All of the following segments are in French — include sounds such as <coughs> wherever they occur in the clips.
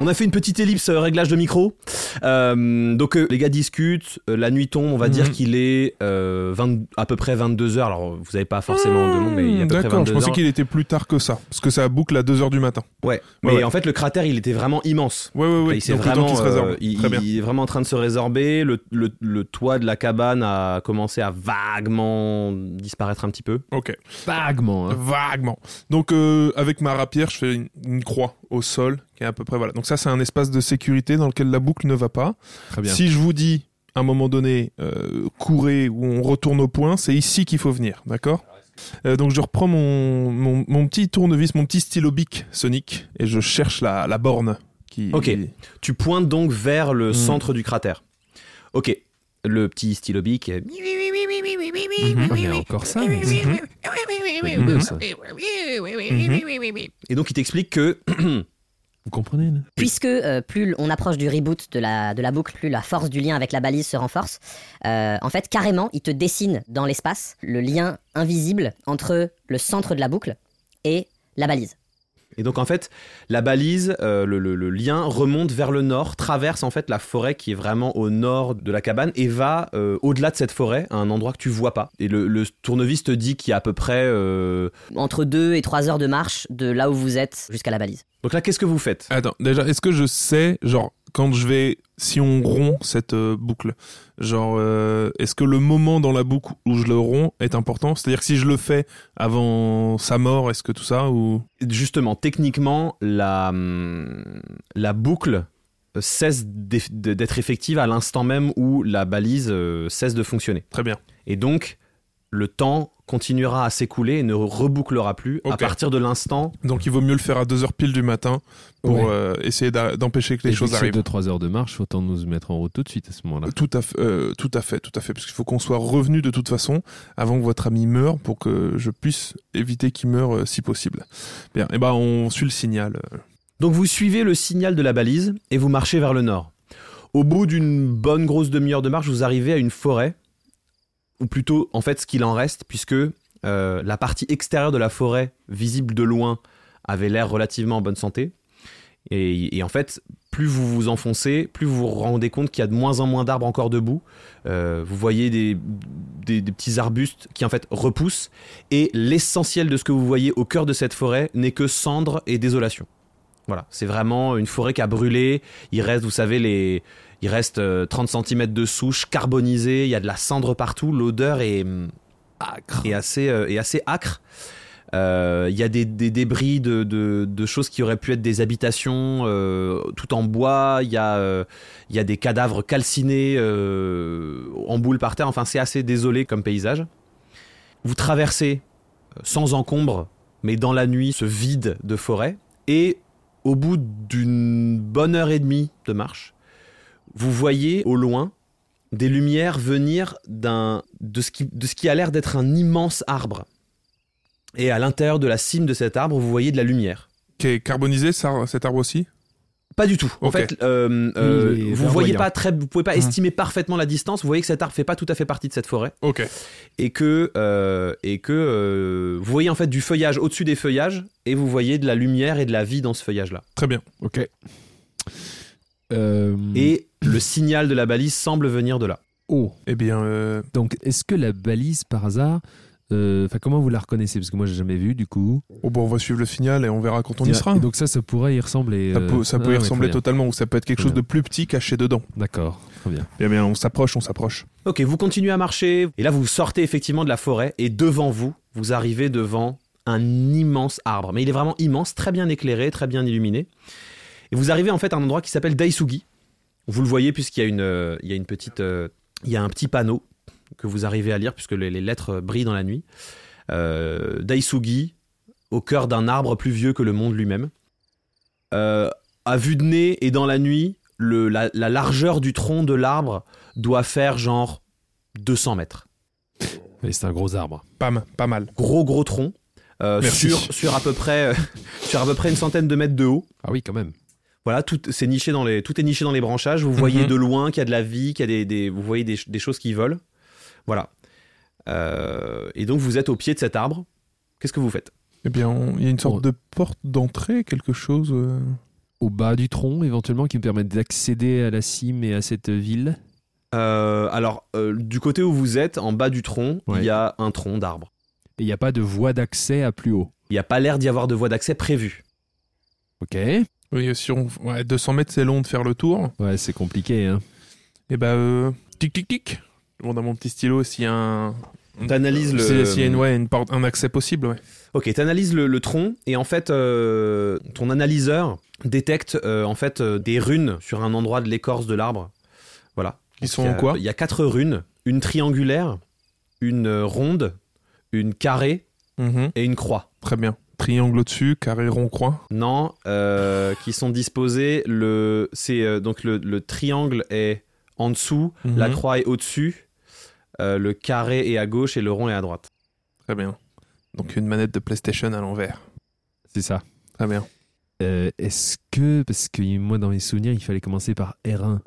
On a fait une petite ellipse euh, réglage de micro. Euh, donc euh, les gars discutent, euh, la nuit tombe, on va dire Mhm. qu'il est euh, 20 à peu près 22h. Alors vous n'avez pas forcément de nom, mais il est à peu près D'accord, 22h. je pensais qu'il était plus tard que ça, parce que ça boucle à 2h du matin. Ouais, mais ouais. en fait le cratère il était vraiment immense. Ouais, ouais, ouais. Bah, il s'est donc le temps vraiment, qu'il se résorbe. euh, il, Très bien. il est vraiment en train de se résorber. Le, le- le toit de la cabane a commencé à vaguement disparaître un petit peu. Ok, Vaguement. hein. vaguement. Donc euh, avec ma rapière, je fais une, une croix au sol, qui est à peu près voilà. Donc ça, c'est un espace de sécurité dans lequel la boucle ne va pas. Très bien. Si je vous dis à un moment donné, euh, courez ou on retourne au point, c'est ici qu'il faut venir, d'accord Euh, donc je reprends mon, mon, mon petit tournevis, mon petit stylo bic Sonic, et je cherche la, la borne qui. Ok. Tu pointes donc vers le Mhm. centre du cratère. Ok, le petit stylo bic. euh, Ah, mais encore ça. mais- Et donc il t'explique que Vous comprenez là Puisque euh, plus on approche du reboot de la, de la boucle, plus la force du lien avec la balise se renforce, euh, en fait, carrément, il te dessine dans l'espace le lien invisible entre le centre de la boucle et la balise. Et donc en fait, la balise, euh, le, le- le lien remonte vers le nord, traverse en fait la forêt qui est vraiment au nord de la cabane et va euh, au-delà de cette forêt à un endroit que tu vois pas. Et le, le tournevis te dit qu'il y a à peu près. euh, Entre 2 et 3 heures de marche de là où vous êtes jusqu'à la balise. Donc là, qu'est-ce que vous faites Attends, déjà, est-ce que je sais, genre, quand je vais, si on rompt cette euh, boucle, genre, euh, est-ce que le moment dans la boucle où je le romps est important C'est-à-dire que si je le fais avant sa mort, est-ce que tout ça ou Justement, techniquement, la, hum, la boucle euh, cesse d'eff- de- d'être effective à l'instant même où la balise euh, cesse de fonctionner. Très bien. Et donc, le temps continuera à s'écouler et ne rebouclera plus à Ok. partir de l'instant Donc il vaut mieux le faire à 2h pile du matin pour Ouais. euh, essayer d'a- d'empêcher que les Et choses dès que c'est arrivent. 2-3 heures de marche, autant nous mettre en route tout de suite à ce moment-là. Tout à fait, euh, tout à fait, tout à fait, parce qu'il faut qu'on soit revenu de toute façon avant que votre ami meure pour que je puisse éviter qu'il meure euh, si possible. Bien, et ben on suit le signal. euh. Donc vous suivez le signal de la balise et vous marchez vers le nord. Au bout d'une bonne grosse demi-heure de marche, vous arrivez à une forêt, ou plutôt en fait ce qu'il en reste, puisque euh, la partie extérieure de la forêt, visible de loin, avait l'air relativement en bonne santé. Et, et en fait, plus vous vous enfoncez, plus vous vous rendez compte qu'il y a de moins en moins d'arbres encore debout. Euh, vous voyez des, des- des petits arbustes qui en fait repoussent, et l'essentiel de ce que vous voyez au cœur de cette forêt n'est que cendres et désolation. Voilà, c'est vraiment une forêt qui a brûlé. Il reste, vous savez, les... il reste euh, 30 cm de souche carbonisée, il y a de la cendre partout, l'odeur est, hum, Acre. est assez, euh, est assez acre. Euh, Il y a des, des débris de, de- de choses qui auraient pu être des habitations, euh, tout en bois, il y, a, euh, il y a des cadavres calcinés euh, en boule par terre, enfin c'est assez désolé comme paysage. Vous traversez euh, sans encombre, mais dans la nuit, ce vide de forêt, et au bout d'une bonne heure et demie de marche, vous voyez au loin des lumières venir d'un de ce qui de ce qui a l'air d'être un immense arbre. Et à l'intérieur de la cime de cet arbre, vous voyez de la lumière. Qui est carbonisé, ça, cet arbre aussi Pas du tout. En Ok. fait, euh, euh, Il est vous voyez verdoyant. pas très, vous pouvez pas Mhm. estimer parfaitement la distance. Vous voyez que cet arbre fait pas tout à fait partie de cette forêt Ok. et que euh, et que euh, vous voyez en fait du feuillage au-dessus des feuillages et vous voyez de la lumière et de la vie dans ce feuillage là. Très bien. Ok. Euh, Et le signal de la balise semble venir de là. oh. Eh bien, euh, Donc, est-ce que la balise, par hasard, euh, enfin, comment vous la reconnaissez Parce que moi, j'ai jamais vu, du coup. oh, bon, on va suivre le signal et on verra quand on y Tiens, sera. et Donc ça, ça pourrait y ressembler. ça euh, peut, ça ah, peut y ouais, ressembler très bien. totalement, ou ça peut être quelque Très chose de bien. plus petit caché dedans. D'accord, très bien. Eh bien, on s'approche, on s'approche. Ok, vous continuez à marcher, et là vous sortez effectivement de la forêt, et devant vous, vous arrivez devant un immense arbre. Mais il est vraiment immense, très bien éclairé, très bien illuminé. Et vous arrivez en fait à un endroit qui s'appelle Daisugi. Vous le voyez puisqu'il y a une, euh, il y a une petite, euh, il y a un petit panneau que vous arrivez à lire puisque les, les lettres euh, brillent dans la nuit. Euh, Daisugi, au cœur d'un arbre plus vieux que le monde lui-même. Euh, à vue de nez et dans la nuit, le- la- la largeur du tronc de l'arbre doit faire genre 200 mètres. Et c'est un gros arbre. Pas, ma- pas mal. Gros gros tronc, euh, Merci. sur, sur, à peu près, euh, <laughs> sur à peu près une centaine de mètres de haut. Ah oui, quand même. Voilà, tout, c'est niché dans les, tout est niché dans les branchages. Vous voyez Mhm. de loin qu'il y a de la vie, qu'il y a des, des- vous voyez des, ch- des choses qui volent. Voilà. Euh, et donc vous êtes au pied de cet arbre. Qu'est-ce que vous faites Oh. Eh bien, on- il y a une sorte Ouais. de porte d'entrée, quelque chose. euh. au bas du tronc, éventuellement, qui me permettent d'accéder à la cime et à cette ville. Euh, alors, euh, du côté où vous êtes, en bas du tronc, il Ouais. y a un tronc d'arbre. Et il n'y a pas de voie d'accès à plus haut. Il n'y a pas l'air d'y avoir de voie d'accès prévue. Ok Oui, si on... ouais, 200 mètres, c'est long de faire le tour. Ouais, c'est compliqué. Hein. Et bah, euh, tic tic tic. Je demande à mon petit stylo s'il y a un. T'analyses le- S'il s'il y a euh, une, ouais, une porte- un accès possible, ouais. Ok, t'analyses le, le tronc et en fait, euh, ton analyseur détecte euh, en fait euh, des runes sur un endroit de l'écorce de l'arbre. Voilà. Ils sont Il y a- en quoi Il y a quatre runes, une triangulaire, une euh, ronde, une carrée Mhm. et une croix. Très bien. Triangle au-dessus, carré rond-croix. Non, euh, qui sont disposées. Le, c'est euh, donc le, le triangle est en dessous, Mhm. la croix est au-dessus, euh, le carré est à gauche et le rond est à droite. Très bien. Donc une manette de PlayStation à l'envers. C'est ça. Très bien. Euh, Est-ce que, parce que moi dans mes souvenirs, il fallait commencer par R1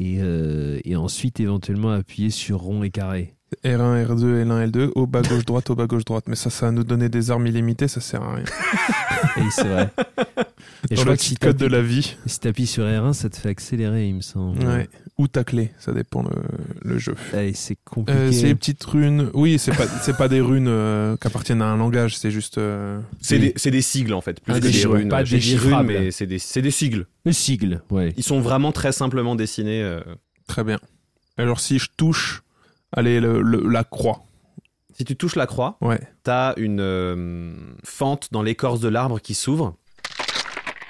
et, euh, et ensuite éventuellement appuyer sur rond et carré. R1, R2, L1, L2, au bas gauche droite, au bas gauche droite. Mais ça, ça va nous donner des armes illimitées, ça sert à rien. Et c'est vrai. Et Dans je crois le que si petit code de t'appuies la vie. si t'appuies sur R1, ça te fait accélérer, il me semble. Ouais. Ou ta clé, ça dépend le, le jeu. Allez, c'est compliqué. Euh, c'est les petites runes. Oui, c'est pas, c'est pas des runes euh, qui appartiennent à un langage, c'est juste. euh, C'est oui. des, c'est des sigles en fait, plus Ah, que des des, sigles, runes. pas J'ai des dit runes, chiffrables. mais c'est des, c'est des sigles. Le sigle, ouais. Ils sont vraiment très simplement dessinés. euh. Très bien. Alors si je touche, allez, le- le- la croix. Si tu touches la croix, Ouais. t'as une euh, fente dans l'écorce de l'arbre qui s'ouvre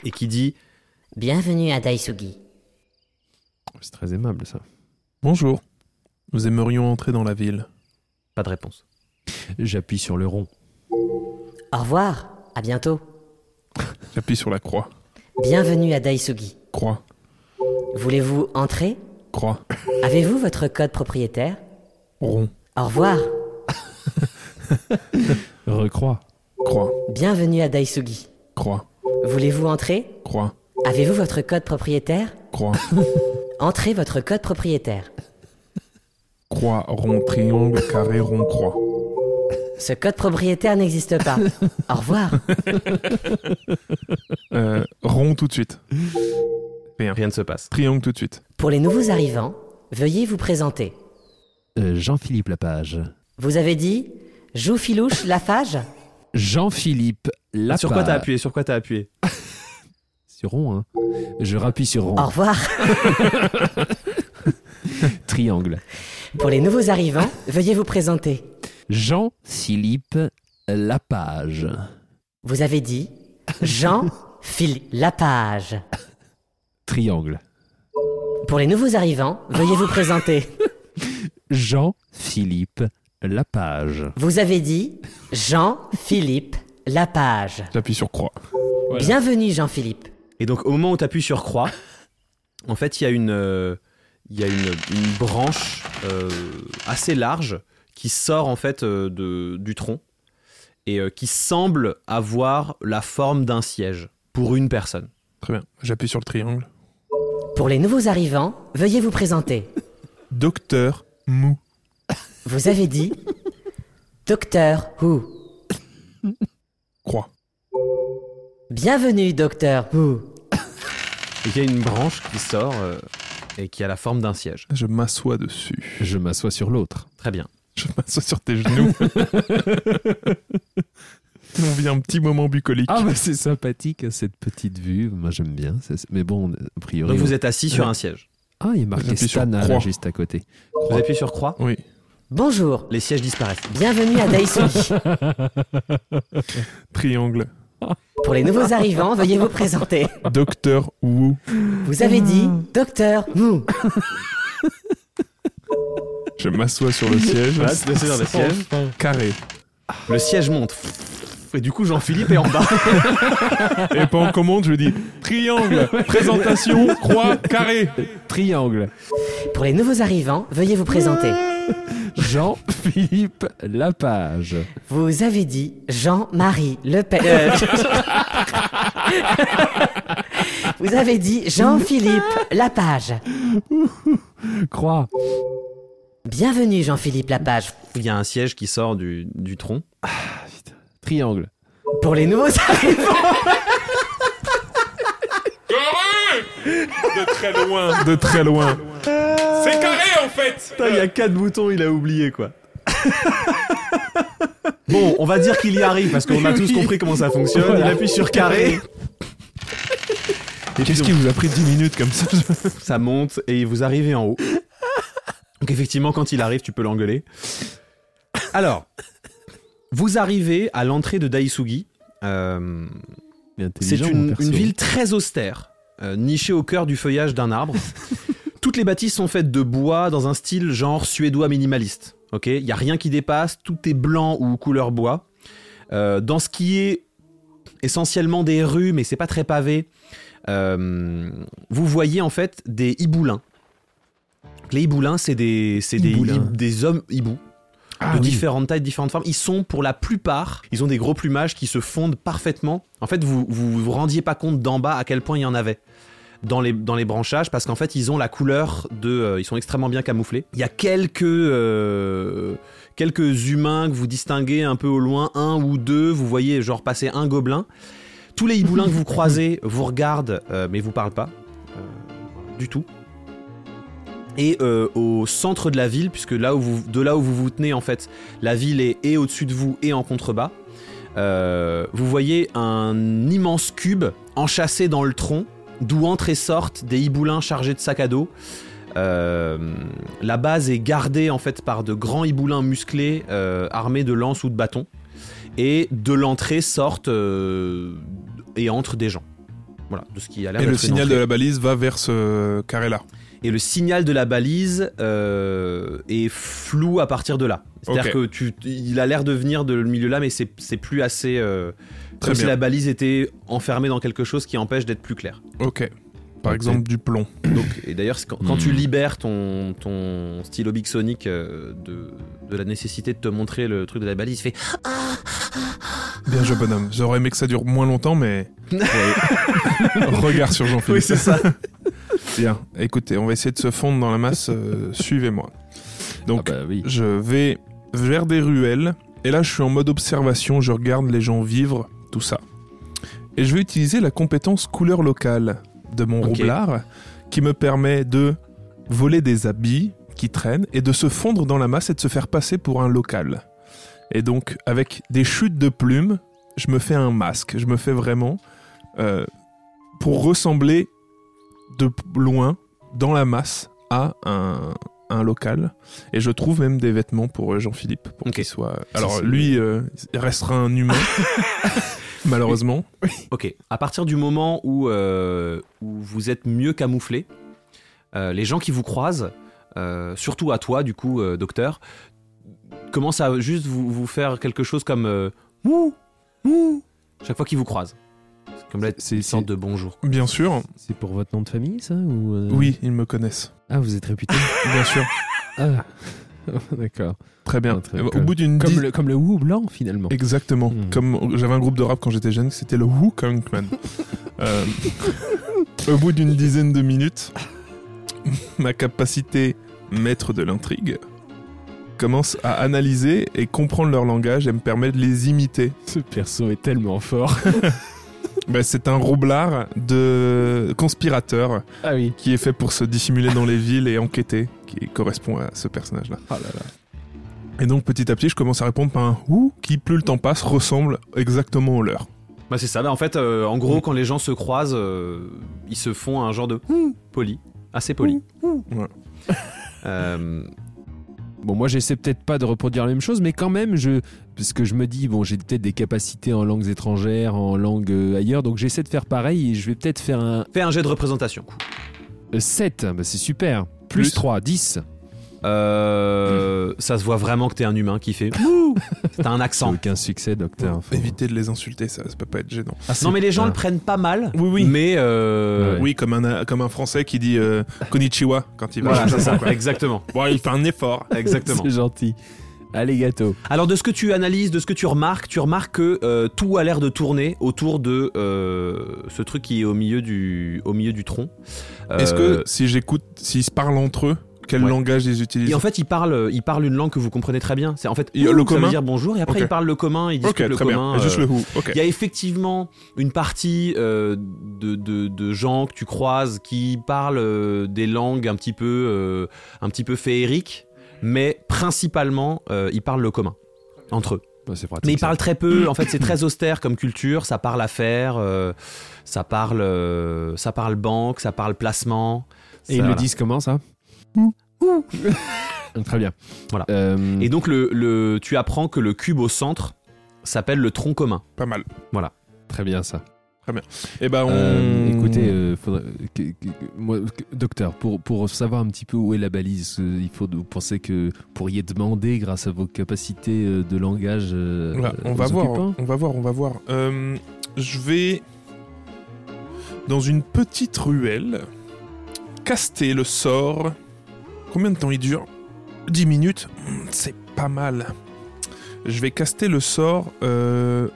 et qui dit Bienvenue à Daisugi. C'est très aimable ça. Bonjour. Nous aimerions entrer dans la ville. pas de réponse. J'appuie sur le rond. Au revoir, à bientôt. J'appuie sur la croix. Bienvenue à Daisugi. Croix. Voulez-vous entrer Croix. Avez-vous votre code propriétaire Rond. Au revoir, Recrois. Croix. bienvenue à Daisugi. Croix. Voulez-vous entrer Croix. Avez-vous votre code propriétaire Croix. Entrez votre code propriétaire. Croix, rond, triangle, carré, rond, croix. Ce code propriétaire n'existe pas. Au revoir. Euh, rond tout de suite. Rien ne se passe. Triangle tout de suite. Pour les nouveaux arrivants, veuillez vous présenter. Euh, Jean-Philippe Lapage. Vous avez dit Joufilouche Lafage Jean-Philippe Lapage. Ah, Sur quoi t'as appuyé Sur quoi t'as appuyé Sur rond, hein. Je rappuie sur rond. Au revoir. Triangle. Pour les nouveaux arrivants, veuillez vous présenter. Jean-Philippe Lapage. Vous avez dit Jean Phil Lapage. Triangle. Pour les nouveaux arrivants, veuillez vous présenter. Jean-Philippe Lapage. Vous avez dit Jean Philippe Lapage. J'appuie sur croix. Voilà. Bienvenue Jean-Philippe. Et donc au moment où t'appuies sur croix, en fait il y a une, euh, il y a une, une branche euh, assez large qui sort en fait euh, de, du tronc et euh, qui semble avoir la forme d'un siège pour une personne. Très bien. J'appuie sur le triangle. Pour les nouveaux arrivants, veuillez vous présenter. Docteur Mou. Vous avez dit Docteur Who. Croix. Bienvenue Docteur Who. Et il y a une branche qui sort euh, et qui a la forme d'un siège. Je m'assois dessus. Je m'assois sur l'autre. Très bien. Je m'assois sur tes <laughs> genoux. On vit un petit moment bucolique. Ah bah c'est sympathique cette petite vue. Moi j'aime bien. ça, c'est- Mais bon, a priori. Donc on- vous êtes assis sur Ouais. un siège. Ah il y a marqué J'appuie sur Stan là, croix. juste à côté. Vous appuyez sur croix, Oui. Bonjour. les sièges disparaissent. Bienvenue à Daisugi. Triangle. Pour les nouveaux arrivants, veuillez vous présenter. Docteur Wu. Vous avez dit Docteur Who. Je m'assois sur <laughs> le siège. Voilà, tu te laisses dans le siège. Carré. Le siège monte. Et du coup Jean-Philippe est en bas. Et pendant qu'on monte, je dis triangle, présentation, croix, carré. Triangle. Pour les nouveaux arrivants, veuillez vous présenter. Jean-Philippe Lapage. Vous avez dit Jean-Marie Le Pen. Euh, <laughs> Vous avez dit Jean-Philippe Lapage. Croix. Bienvenue Jean-Philippe Lapage. <laughs> Il y a un siège qui sort du, du tronc. Triangle. Pour les nouveaux arrivants. <laughs> De très loin, de très loin. C'est carré en fait Putain, il y a quatre boutons, il a oublié quoi. <laughs> bon, on va dire qu'il y arrive parce qu'on a tous compris comment ça fonctionne. Il appuie sur <laughs> carré, Qu'est-ce qui vous a pris 10 minutes comme ça ça monte et vous arrivez en haut. Donc effectivement, quand il arrive, tu peux l'engueuler. Alors, vous arrivez à l'entrée de Daisugi. Euh, Il est C'est intelligent, mon une, perso. une ville très austère, euh, nichée au cœur du feuillage d'un <laughs> arbre. Toutes les bâtisses sont faites de bois dans un style genre suédois minimaliste. Ok, il y a rien qui dépasse, tout est blanc ou couleur bois. Euh, dans ce qui est essentiellement des rues, mais c'est pas très pavé, euh, vous voyez en fait des hiboulins. Les hiboulins, c'est des, c'est des, Hiboulins. des hommes hiboux Ah de oui. différentes tailles, différentes formes. Ils sont pour la plupart, ils ont des gros plumages qui se fondent parfaitement. En fait, vous vous, vous rendiez pas compte d'en bas à quel point il y en avait dans les, dans les branchages parce qu'en fait, ils ont la couleur de. euh, ils sont extrêmement bien camouflés. Il y a quelques, euh, quelques humains que vous distinguez un peu au loin, un ou deux. Vous voyez, genre, passer un gobelin. Tous les hiboulins que vous croisez vous regardent, euh, mais vous parlent pas euh, du tout. Et euh, au centre de la ville, puisque là où vous, de là où vous vous tenez, en fait, la ville est et au-dessus de vous et en contrebas. Euh, vous voyez un immense cube enchâssé dans le tronc, d'où entrent et sortent des hiboulins chargés de sacs à dos. Euh, la base est gardée en fait par de grands hiboulins musclés euh, armés de lances ou de bâtons. Et de l'entrée sortent euh, et entrent des gens. Voilà, de ce qui a l'air Et le d'être une signal entrée. de la balise va vers ce euh, carré-là. Et le signal de la balise euh, est flou à partir de là. C'est-à-dire que tu, il a l'air de venir de le milieu là, mais c'est c'est plus assez. euh, Très comme si bien. la balise était enfermée dans quelque chose qui empêche d'être plus clair. Ok. Par exemple, du plomb. Donc, et d'ailleurs, c'est quand, quand Hmm. tu libères ton, ton stylo Big Sonic euh, de, de la nécessité de te montrer le truc de la balise, il fait Bien joué, bonhomme. J'aurais aimé que ça dure moins longtemps, mais. <laughs> Regard sur Jean-Philippe. ça. <laughs> Bien. Écoutez, on va essayer de se fondre dans la masse. euh, Suivez-moi. Ah Donc, bah oui. je vais vers des ruelles. Et là, je suis en mode observation. Je regarde les gens vivre, tout ça. Et je vais utiliser la compétence couleur locale de mon Ok. roublard, qui me permet de voler des habits qui traînent et de se fondre dans la masse et de se faire passer pour un local. Et donc, avec des chutes de plumes, je me fais un masque. Je me fais vraiment euh, pour ressembler de p- loin, dans la masse, à un, un local. Et je trouve même des vêtements pour euh, Jean-Philippe, pour Ok. qu'il soit. Ça, Alors, c'est- lui euh, il restera un humain, malheureusement. Ok. À partir du moment où, euh, où vous êtes mieux camouflé, euh, les gens qui vous croisent, euh, surtout à toi, du coup, euh, docteur, commencent à juste vous, vous faire quelque chose comme euh, mou, mou, chaque fois qu'ils vous croisent. C'est Comme là, C'est- une c'est- sorte de bonjour. Bien sûr. C'est pour votre nom de famille, ça ou euh, Oui, ils me connaissent. Ah, vous <laughs> êtes réputé Bien sûr. Ah, <laughs> d'accord. Très bien. Ah, très Eh ben, bien. Au bout d'une Comme dix- le, comme le Wu blanc, finalement. Exactement. Hmm. Comme j'avais un groupe de rap quand j'étais jeune, c'était le Who Kunkman. Euh, au bout d'une dizaine de minutes, <laughs> ma capacité maître de l'intrigue commence à analyser et comprendre leur langage et me permet de les imiter. Ce perso est tellement fort. Bah, c'est un roublard de conspirateur Ah oui. qui est fait pour se dissimuler dans les villes et enquêter, qui correspond à ce personnage-là. Oh Ah là là. Et donc petit à petit, je commence à répondre par un Who qui, plus le temps passe, ressemble exactement au leur. Bah c'est ça. Bah, en fait, euh, en gros, quand les gens se croisent, euh, ils se font un genre de poli, assez poli. Ouais. Euh, Bon, moi, j'essaie peut-être pas de reproduire la même chose, mais quand même, je, parce que je me dis, bon, j'ai peut-être des capacités en langues étrangères, en langues euh, ailleurs, donc j'essaie de faire pareil et je vais peut-être faire un fais un jet de représentation. 7. Bah, c'est super. Plus, Plus. 3, 10. Euh, ça se voit vraiment que t'es un humain qui fait. T'as un accent. Aucun succès, docteur. Faut- Éviter de les insulter, ça, ça peut pas être gênant. Ah, c'est- Non mais les gens Ah. le prennent pas mal. Oui, oui. Mais euh, Ouais. Oui, comme un, comme un Français qui dit euh, Konnichiwa quand il va <laughs> voilà, chez c'est <laughs> le ça. Japon, quoi. Exactement, Bon, il fait un effort. <laughs> exactement. <laughs> C'est gentil. Allez, gâteau. Alors de ce que tu analyses, de ce que tu remarques, tu remarques que euh, tout a l'air de tourner autour de euh, ce truc qui est au milieu du au milieu du tronc. Euh, Est-ce que si j'écoute, s'ils se parlent entre eux, quel Ouais. langage ils utilisent. Et en fait, il parle, il parle une langue que vous comprenez très bien. C'est en fait Il- le who, ça commun veut dire bonjour et après Ok. il parle le commun, il discute ok, le très commun. bien. euh, Juste le who. Ok. Il y a effectivement une partie euh, de, de- de gens que tu croises qui parlent euh, des langues un petit peu, euh, un petit peu féeriques, mais principalement euh, ils parlent le commun entre eux. Bah, c'est pratique. Mais ils ça. parlent très peu. En fait, c'est très austère comme culture. Ça parle affaires, euh, ça parle, euh, ça parle banque, ça parle placement. Et ils Ça- le disent comment ça <laughs> Très bien. Voilà. Euh, Et donc, le, le- tu apprends que le cube au centre s'appelle le tronc commun. Pas mal. très bien ça. Et ben on. Euh, écoutez, euh, faudrait- que- que- que- moi, que- docteur, pour, pour savoir un petit peu où est la balise, euh, il faut vous pensez que vous pourriez demander grâce à vos capacités euh, de langage. euh, Voilà, on aux va voir, hein. occupants on va voir, on va voir. Euh, je vais dans une petite ruelle caster le sort. Combien de temps il dure 10 minutes, Hmm, c'est pas mal. Je vais caster le sort euh,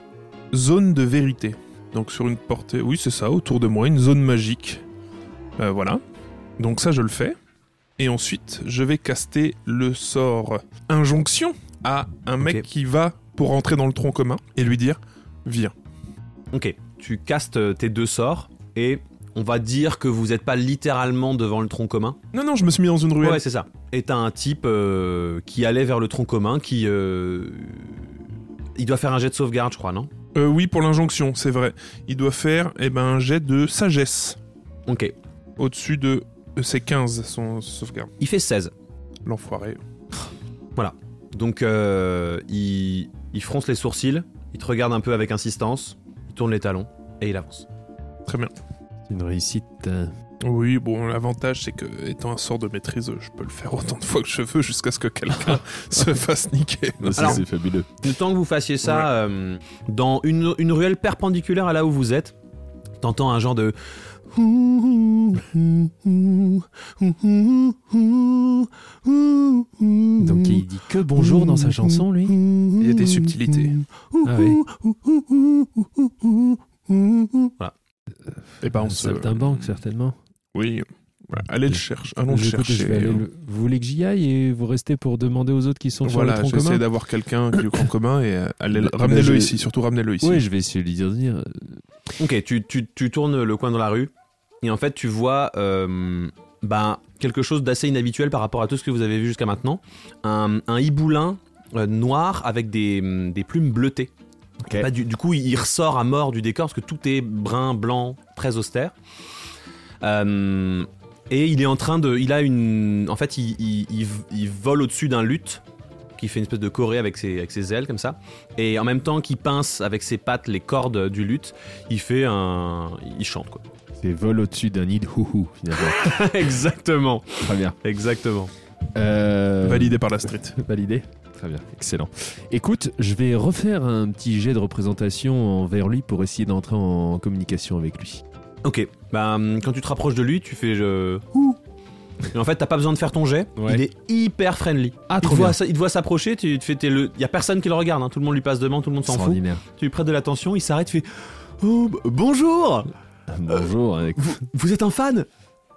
zone de vérité. Donc sur une portée, oui c'est ça, autour de moi, une zone magique. Euh, voilà. Donc ça je le fais. Et ensuite, je vais caster le sort injonction à un mec Ok. qui va pour entrer dans le tronc commun et lui dire viens. Ok, tu castes euh, tes deux sorts et on va dire que vous n'êtes pas littéralement devant le tronc commun. Non non, je me suis mis dans une ruelle. Ouais, c'est ça. Et t'as un type euh, qui allait vers le tronc commun qui. euh, il doit faire un jet de sauvegarde, je crois, non Euh, oui pour l'injonction, c'est vrai. Il doit faire eh ben un jet de sagesse Ok. au-dessus de euh, c'est 15 son sauvegarde. Il fait 16. L'enfoiré. Donc, euh, il, il fronce les sourcils, il te regarde un peu avec insistance, il tourne les talons et il avance. Très bien. C'est Une réussite. euh, Oui, bon, l'avantage c'est que étant un sort de maîtrise, euh, je peux le faire autant de fois que je veux jusqu'à ce que quelqu'un se fasse niquer. ça, Alors- c'est fabuleux. Le temps que vous fassiez ça, euh, dans une, une ruelle perpendiculaire à là où vous êtes, t'entends un genre de... Donc Donc il dit que bonjour dans sa chanson, lui. Il y a des subtilités. Hmm. Ah oui. Voilà. Et ben on Un se Saltimbanque, certainement. Oui. Ouais, allez le chercher. Allons Je- le écoutez, chercher. hein. je vais aller le- Vous voulez que j'y aille et vous restez pour demander aux autres qui sont Voilà, sur le tronc j'essaie commun d'avoir quelqu'un qui est au <coughs> tronc commun et euh, allez, le- Bah, ramenez-le je- ici, surtout ramenez-le ici. Oui, je vais essayer de lui dire de venir. Euh, Ok, tu, tu- tu tournes le coin dans la rue et en fait tu vois euh, ben, quelque chose d'assez inhabituel par rapport à tout ce que vous avez vu jusqu'à maintenant. Un, un hiboulin euh, noir avec des, hum, des plumes bleutées. Ok. Bah, du, du coup, il, il ressort à mort du décor parce que tout est brun, blanc, très austère. Euh, et il est en train de. Il a une. En fait, il, il- il- il vole au-dessus d'un luth qui fait une espèce de corée avec ses, avec ses ailes comme ça. Et en même temps qu'il pince avec ses pattes les cordes du luth, il fait un. Il chante <laughs> quoi. <laughs> C'est vol au-dessus d'un nid de houhou, finalement. exactement, Très bien. exactement. Euh, Validé par la street. Validé Très bien, excellent. Écoute, je vais refaire un petit jet de représentation envers lui pour essayer d'entrer en communication avec lui. Ok, bah hum, quand tu te rapproches de lui, tu fais. euh, Ouh Et en fait, t'as pas besoin de faire ton jet. Ouais. Il est hyper friendly. Ah, Il trop te, bien. voit, il te voit s'approcher, tu te fais tes le. Y a personne qui le regarde, hein, tout le monde lui passe devant, tout le monde s'en fout. Extraordinaire. Tu lui prêtes de l'attention, il s'arrête, il fait Oh, b- bonjour Bonjour. hein. vous, vous êtes un fan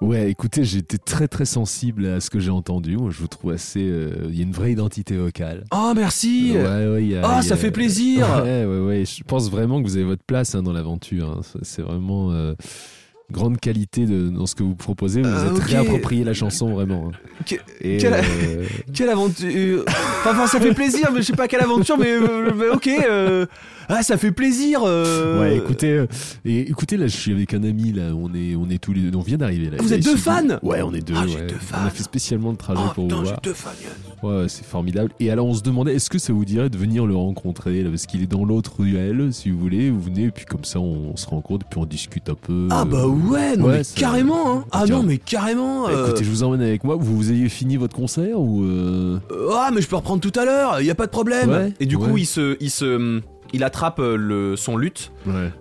Ouais, écoutez, j'étais très très sensible à ce que j'ai entendu. Moi, je vous trouve assez. euh, Il y a une vraie identité vocale. Oh, merci Ouais, ouais, il y a- il y Oh, a- ça fait plaisir <laughs> Ouais, ouais, ouais. Je pense vraiment que vous avez votre place hein, dans l'aventure. hein. Ça, C'est vraiment euh, grande qualité de, dans ce que vous proposez. Vous vous Euh, ok. êtes réapproprié la chanson vraiment. hein. Que- Et, quelle- euh, Quelle aventure enfin, enfin, ça fait plaisir, mais je sais pas quelle aventure, mais, euh, mais ok euh, Ah, ça fait plaisir euh, Ouais, écoutez, euh, et écoutez, là, je suis avec un ami, là, on est, on est tous les deux, on vient d'arriver là. Vous Il êtes est deux sous- fans Ouais, on est deux. Ah, ouais. j'ai deux On fans. a fait spécialement le trajet Oh pour putain, vous j'ai voir. deux fans Ouais, ouais, c'est formidable. Et alors, on se demandait, est-ce que ça vous dirait de venir le rencontrer, là, parce qu'il est dans l'autre ruelle, si vous voulez, vous venez, et puis comme ça, on, se rencontre, puis on discute un peu. Ah euh, bah ouais, non, ouais, mais ça- carrément hein. Ah Tiens. non, mais carrément bah, euh, Écoutez, je vous emmène avec moi. Vous, vous ayez fini votre concert ou euh, Euh, Ah, mais je peux reprendre tout à l'heure, y a pas de problème Ouais, Et du coup, ouais. il se... Il se il attrape euh, le, son luth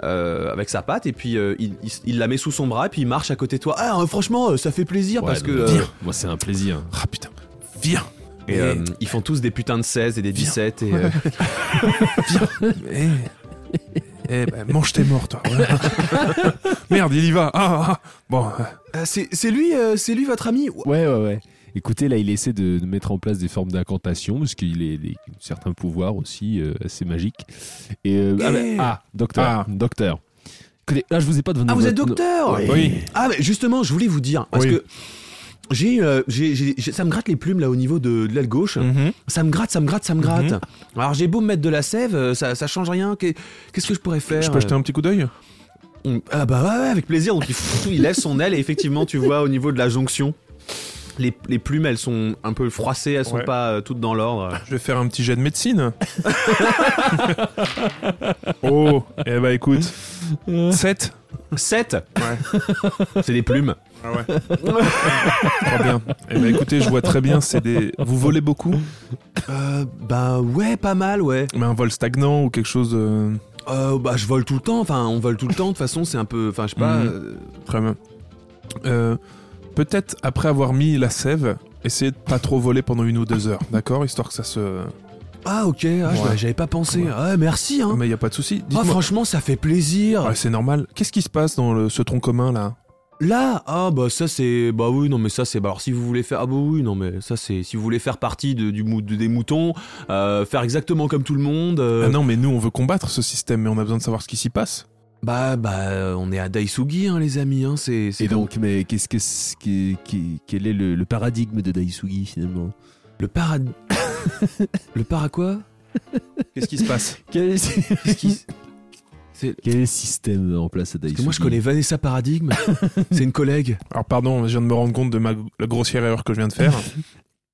euh, avec sa patte et puis euh, il, il- il la met sous son bras et puis il marche à côté de toi. Ah euh, franchement euh, ça fait plaisir Ouais, parce non, que... mais euh, viens. moi, c'est un plaisir. Ah putain, viens et, <laughs> euh, ils font tous des putains de 16 et des 17 et... euh, Eh, eh ben, mange tes morts, toi. <laughs> voilà. Merde, il y va. Ah, ah, ah. Bon, euh, Ah, c'est c'est euh, lui, euh, c'est lui votre ami Ouah, Ouais, ouais, ouais. Écoutez, là, il essaie de, de mettre en place des formes d'incantation, parce qu'il est des- certains pouvoirs aussi euh, assez magiques. Et, euh, ah, bah, ah, docteur, Ah. docteur. Écoutez, là, je vous ai pas donné. Ah, vous êtes votre- docteur Oui. Ah, mais justement, je voulais vous dire, parce Oui. que j'ai, euh, j'ai- j'ai- j'ai- ça me gratte les plumes là au niveau de, de l'aile gauche. Mhm. Ça me gratte, ça me gratte, ça me gratte. Mhm. Alors j'ai beau me mettre de la sève, euh, ça, ça change rien. Qu'est- Qu'est-ce que je pourrais faire Je Euh. peux jeter un petit coup d'œil Mm. Ah bah ouais, ouais, avec plaisir. Donc il, fout- <laughs> il lève son aile et effectivement, tu vois au niveau de la jonction, les, les plumes elles sont un peu froissées, elles sont Ouais. pas euh, toutes dans <laughs> l'ordre. Je vais faire un petit jet de <laughs> médecine. oh, eh bah écoute, 7 7 Ouais, C'est des plumes. ah ouais. Très bien. Eh bah écoutez, je vois très bien, c'est des. Vous volez beaucoup Euh, bah ouais, pas mal, ouais. Mais un vol stagnant ou quelque chose de. Euh, bah je vole tout le temps, enfin on vole tout le temps, de toute façon c'est un peu... Enfin je sais pas... Mhm. euh, Très bien. Euh, Peut-être après avoir mis la sève, essayez de pas trop voler pendant une ou deux heures, d'accord Histoire que ça se. Ah ok, ah, je- Ouais. j'avais pas pensé. Ouais. Ah merci, hein. Mais y a pas de souci. Ah, Dites-moi. franchement ça fait plaisir. Ouais, c'est normal. Qu'est-ce qui se passe dans le- ce tronc commun là Là, ah bah ça c'est bah oui non mais ça c'est bah alors si vous voulez faire ah bah oui non mais ça c'est si vous voulez faire partie de, du mou- de- des moutons euh, faire exactement comme tout le monde euh, Ah non, mais nous on veut combattre ce système, mais on a besoin de savoir ce qui s'y passe. bah bah euh, on est à Daisugi hein les amis hein c'est c'est Et donc, mais qu'est-ce que c'est- qui- qui- quel est le, le paradigme de Daisugi finalement le para le para quoi Qu'est-ce qui se passe quel est, Qu'est-ce qui- c'est <laughs> quel est le système en place à parce Daisugi que moi je connais Vanessa Paradigme c'est une collègue Alors pardon, je viens de me rendre compte de ma la grossière erreur que je viens de faire.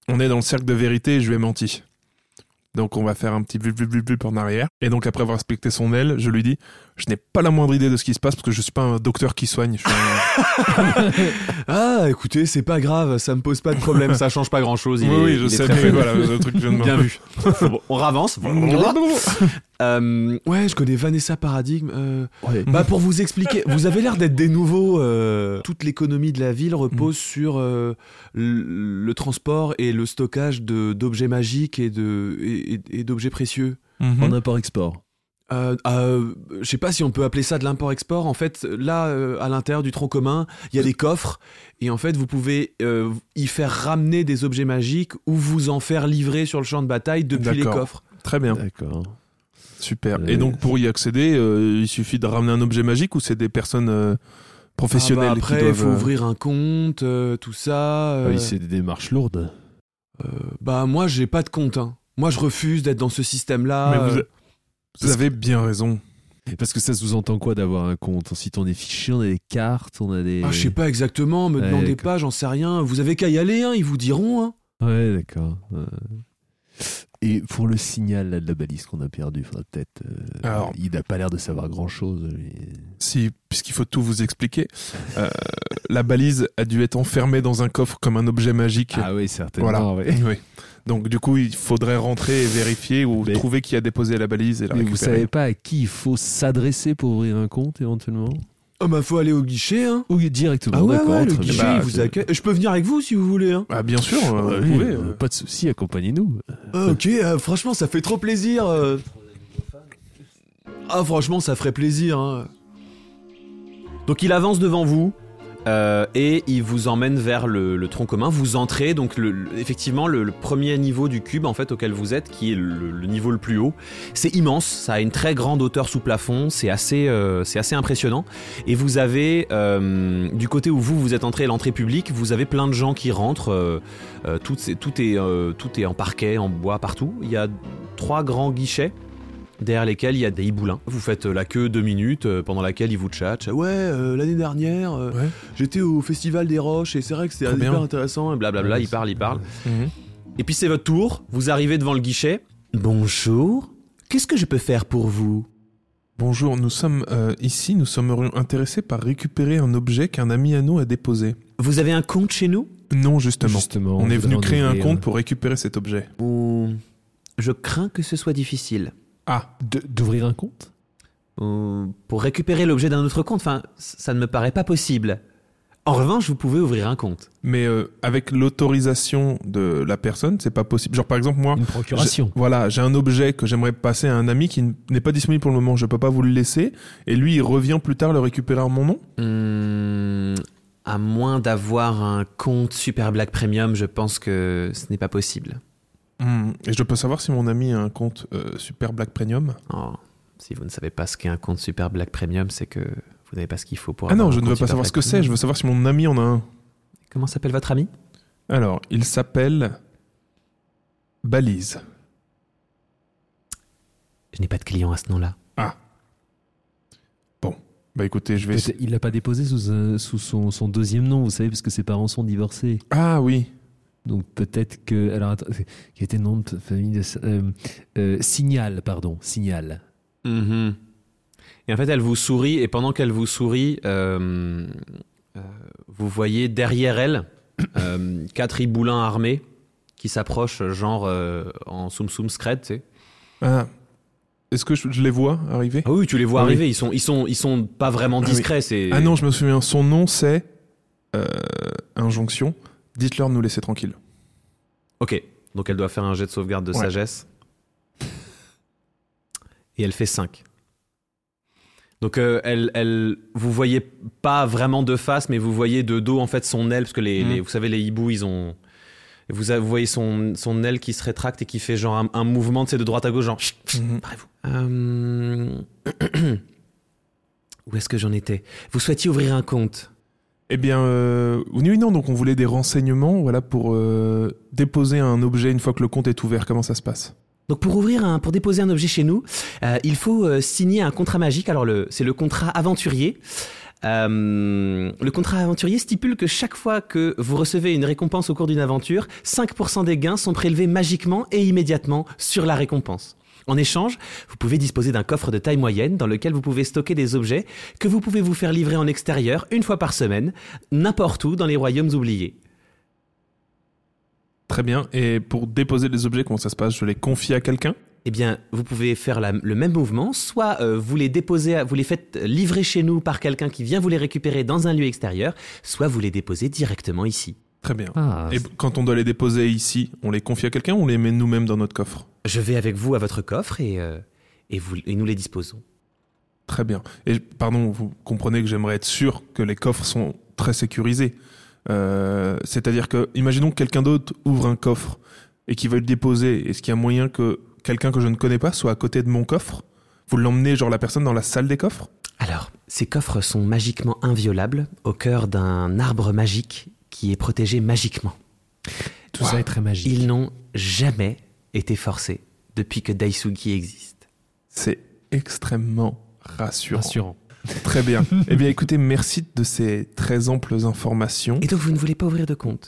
on est dans le cercle de vérité et je lui ai menti. Donc on va faire un petit blub blub blub blub en arrière. Et donc après avoir respecté son aile, je lui dis, je n'ai pas la moindre idée de ce qui se passe parce que je suis pas un docteur qui soigne. Je suis un- ah écoutez c'est pas grave ça me pose pas de problème ça change pas grand chose oui, oui, je sais, mais voilà, le truc <laughs> que je viens de bien vu Bon, on avance Euh, ouais je connais Vanessa Paradigme euh, Ouais. Bah pour vous expliquer, vous avez l'air d'être des nouveaux. euh, toute l'économie de la ville Mm. repose sur euh, le, le transport et le stockage de- d'objets magiques et de et, et- et d'objets précieux. <laughs> Mhm. En import-export. Euh, euh, je sais pas si on peut appeler ça de l'import-export. En fait, là, euh, à l'intérieur du tronc commun, il y a des coffres et en fait, vous pouvez euh, y faire ramener des objets magiques ou vous en faire livrer sur le champ de bataille depuis les D'accord. coffres. Très bien, D'accord. super. Euh. Et donc pour y accéder, euh, il suffit de ramener un objet magique ou c'est des personnes euh, professionnelles Ah bah après, qui doivent faut euh, ouvrir un compte, euh, tout ça. Ah euh, oui, c'est des démarches lourdes. Bah moi j'ai pas de compte. hein. Moi je refuse d'être dans ce Euh, système là. Mais vous, vous avez bien raison. Parce que ça sous-entend quoi d'avoir un compte Ensuite, on est fiché, on a des cartes, on a des. Ah, je sais pas exactement, me Ouais, demandez d'accord. pas, j'en sais rien. Vous avez qu'à y aller, hein, ils vous diront. Hein. Ouais, d'accord. Euh, Et pour le signal là, de la balise qu'on a perdu, faudra peut-être. euh, Alors. Il n'a pas l'air de savoir grand-chose. mais- Si, puisqu'il faut tout vous expliquer, euh, la balise a dû être enfermée dans un coffre comme un objet magique. Ah oui, Voilà. certainement. ouais. Oui. Donc du coup, il faudrait rentrer et vérifier ou Mais- trouver qui a déposé la balise et la <laughs> Mais vous récupérer. savez pas à qui il faut s'adresser pour ouvrir un compte éventuellement Ah bah faut aller au guichet. Hein. Ou directement, ah ouais, d'accord. ouais, le très bien. guichet Bah, il vous accueille. Euh, Je peux venir avec vous si vous voulez. Hein. Ah bien sûr, Ah euh, oui, vous pouvez, euh, euh. Pas de souci, accompagnez-nous. Ah, ok, euh, franchement ça fait trop plaisir. euh. Ah franchement ça ferait plaisir. hein. Donc il avance devant vous. euh, et il vous emmène vers le, le tronc commun. Vous entrez donc le- le- effectivement le, le premier niveau du cube en fait auquel vous êtes, qui est le, le niveau le plus haut. C'est immense, ça a une très grande hauteur sous plafond, c'est assez, euh, c'est assez impressionnant. Et vous avez euh, du côté où vous vous êtes entré, l'entrée publique, vous avez plein de gens qui rentrent. euh, euh, tout, c'est- tout est, euh, tout est en parquet, en bois partout. Il y a trois grands guichets derrière lesquels il y a des hiboulins. Vous faites euh, la queue deux minutes euh, pendant laquelle ils vous tchatchent. Ouais, euh, l'année dernière, euh, Ouais. j'étais au festival des roches et c'est vrai que c'était Trop bien. hyper intéressant. Et blablabla, ils parlent, ils parlent. Mhm. Et puis c'est votre tour, vous arrivez devant le guichet. Bonjour, qu'est-ce que je peux faire pour vous Bonjour, nous sommes euh, ici, nous sommes ori- intéressés par récupérer un objet qu'un ami à nous a déposé. Vous avez un compte chez nous Non, justement. Justement. On est voudrait venu en créer un ouvrir. compte pour récupérer cet objet. Ou je crains que ce soit difficile. Ah, De- D'ouvrir un compte Ou pour récupérer l'objet d'un autre compte, enfin, c- ça ne me paraît pas possible. En revanche, vous pouvez ouvrir un compte. mais euh, avec l'autorisation de la personne, c'est pas possible. Genre par exemple Oh. moi, Une procuration. J'ai- Voilà, j'ai un objet que j'aimerais passer à un ami qui n- n'est pas disponible pour le moment. Je peux pas vous le laisser. Et lui, il revient plus tard le récupérer en mon nom. Hmm, À moins d'avoir un compte Super Black Premium, je pense que ce n'est pas possible. Hmm. Et je peux savoir si mon ami a un compte euh, Super Black Premium Oh, si vous ne savez pas ce qu'est un compte Super Black Premium, c'est que vous n'avez pas ce qu'il faut pour Ah avoir non, un je ne compte veux pas Super savoir Black ce que c'est, Premium. je veux savoir si mon ami en a un. Comment s'appelle votre ami Alors, il s'appelle Balise. Je n'ai pas de client à ce nom-là. Ah. Bah écoutez, je vais... Peut-être- Il l'a pas déposé sous, un- sous son, son deuxième nom, vous savez, parce que ses parents sont divorcés. Ah oui, Donc peut-être que. Alors, attends, qui était le nom de famille de. euh, euh, Signal, pardon, Signal. Mhm. Et en fait, elle vous sourit, et pendant qu'elle vous sourit, euh, euh, vous voyez derrière elle euh, <coughs> quatre iboulins armés qui s'approchent, genre euh, en soum soum scred, tu sais. Ah. Est-ce que je, je les vois arriver Ah oui, tu les vois Ah oui. arriver, ils, sont, ils, sont, ils sont pas vraiment Ah oui. discrets. c'est- Ah non, je me souviens. Son nom, c'est euh, Injonction. Dites-leur de nous laisser tranquille. Ok, donc elle doit faire un jet de sauvegarde de Ouais. sagesse. Et elle fait 5. Donc euh, elle, elle, vous voyez pas vraiment de face, mais vous voyez de dos en fait son aile, parce que les, Mhm. les- vous savez les hiboux ils ont, vous, a- vous voyez son, son aile qui se rétracte et qui fait genre un, un mouvement tu sais, de droite à gauche genre. Chut, chut, Mhm. barrez-vous. Euh, <clears throat> Où est-ce que j'en étais Vous souhaitiez ouvrir un compte Eh bien, euh, oui, oui, non, donc on voulait des renseignements voilà, pour euh, déposer un objet une fois que le compte est ouvert. Comment ça se passe Donc pour ouvrir un, pour déposer un objet chez nous, euh, il faut euh, signer un contrat magique. Alors le, c'est le contrat aventurier. Euh, le contrat aventurier stipule que chaque fois que vous recevez une récompense au cours d'une aventure, 5% des gains sont prélevés magiquement et immédiatement sur la récompense. En échange, vous pouvez disposer d'un coffre de taille moyenne dans lequel vous pouvez stocker des objets que vous pouvez vous faire livrer en extérieur une fois par semaine, n'importe où dans les royaumes oubliés. Très bien. Et pour déposer les objets, comment ça se passe Je les confie à quelqu'un Eh bien, vous pouvez faire la- le même mouvement, soit euh, vous les déposez, à- vous les faites livrer chez nous par quelqu'un qui vient vous les récupérer dans un lieu extérieur, soit vous les déposez directement ici. Très bien. Ah, Et quand on doit les déposer ici, on les confie à quelqu'un ou on les met nous-mêmes dans notre coffre Je vais avec vous à votre coffre et, euh, et, vous, et nous les disposons. Très bien. Et pardon, vous comprenez que j'aimerais être sûr que les coffres sont très sécurisés. Euh, C'est-à-dire que, imaginons que quelqu'un d'autre ouvre un coffre et qu'il veuille le déposer. Est-ce qu'il y a moyen que quelqu'un que je ne connais pas soit à côté de mon coffre Vous l'emmenez, genre la personne, dans la salle des coffres Alors, ces coffres sont magiquement inviolables au cœur d'un arbre magique qui est protégé magiquement. tout ça est très magique. Ils n'ont jamais été forcés depuis que Daisugi existe. C'est extrêmement rassurant. Rassurant. Très <laughs> bien. eh bien, écoutez, merci de ces très amples informations. Et donc, vous ne voulez pas ouvrir de compte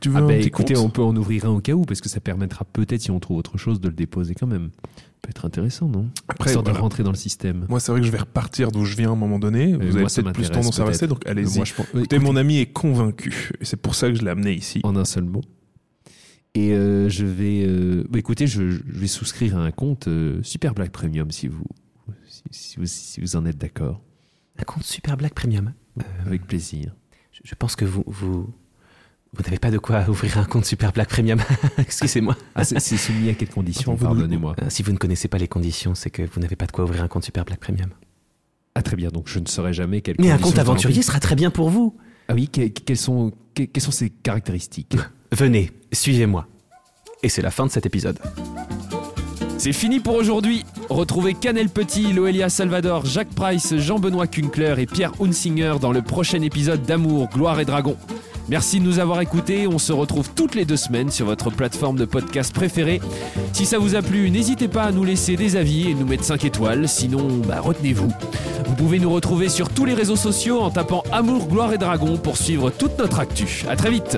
Tu veux Ah un bah, petit écoutez, compte on peut en ouvrir un au cas où, parce que ça permettra peut-être, si on trouve autre chose, de le déposer quand même. Ça peut être intéressant, non Après, Histoire de voilà. rentrer dans le système. Moi, c'est vrai que je vais repartir d'où je viens à un moment donné. Vous avez moi, ça peut-être plus m'intéresse, tendance à rester, donc Mais allez-y. Euh, moi, je pense- Écoutez, mon ami est convaincu, et c'est pour ça que je l'ai amené ici. en un seul mot. Et euh, je vais. euh, bah, écoutez, je, je vais souscrire à un compte euh, Super Black Premium si vous, si, si vous, si vous en êtes d'accord. Un compte Super Black Premium. Avec plaisir. Je- Je pense que vous, vous, vous n'avez pas de quoi ouvrir un compte Super Black Premium. <laughs> Excusez-moi. Ah, c'est c'est soumis à quelles conditions Attends, vous- Pardonnez-moi. Euh, Si vous ne connaissez pas les conditions, c'est que vous n'avez pas de quoi ouvrir un compte Super Black Premium. Ah, très bien, donc je ne saurais jamais quelles Mais un conditions compte sont aventurier sera très bien pour vous. remplies. Ah oui, que- que- quelles, sont, que- quelles sont ses caractéristiques Venez, suivez-moi. Et c'est la fin de cet épisode. C'est fini pour aujourd'hui. Retrouvez Canel Petit, Loelia Salvador, Jacques Price, Jean-Benoît Kunkler et Pierre Hunsinger dans le prochain épisode d'Amour, Gloire et Dragon. Merci de nous avoir écoutés. On se retrouve toutes les deux semaines sur votre plateforme de podcast préférée. Si ça vous a plu, n'hésitez pas à nous laisser des avis et nous mettre 5 étoiles. Sinon, bah, retenez-vous. Vous pouvez nous retrouver sur tous les réseaux sociaux en tapant Amour, Gloire et Dragon pour suivre toute notre actu. À très vite.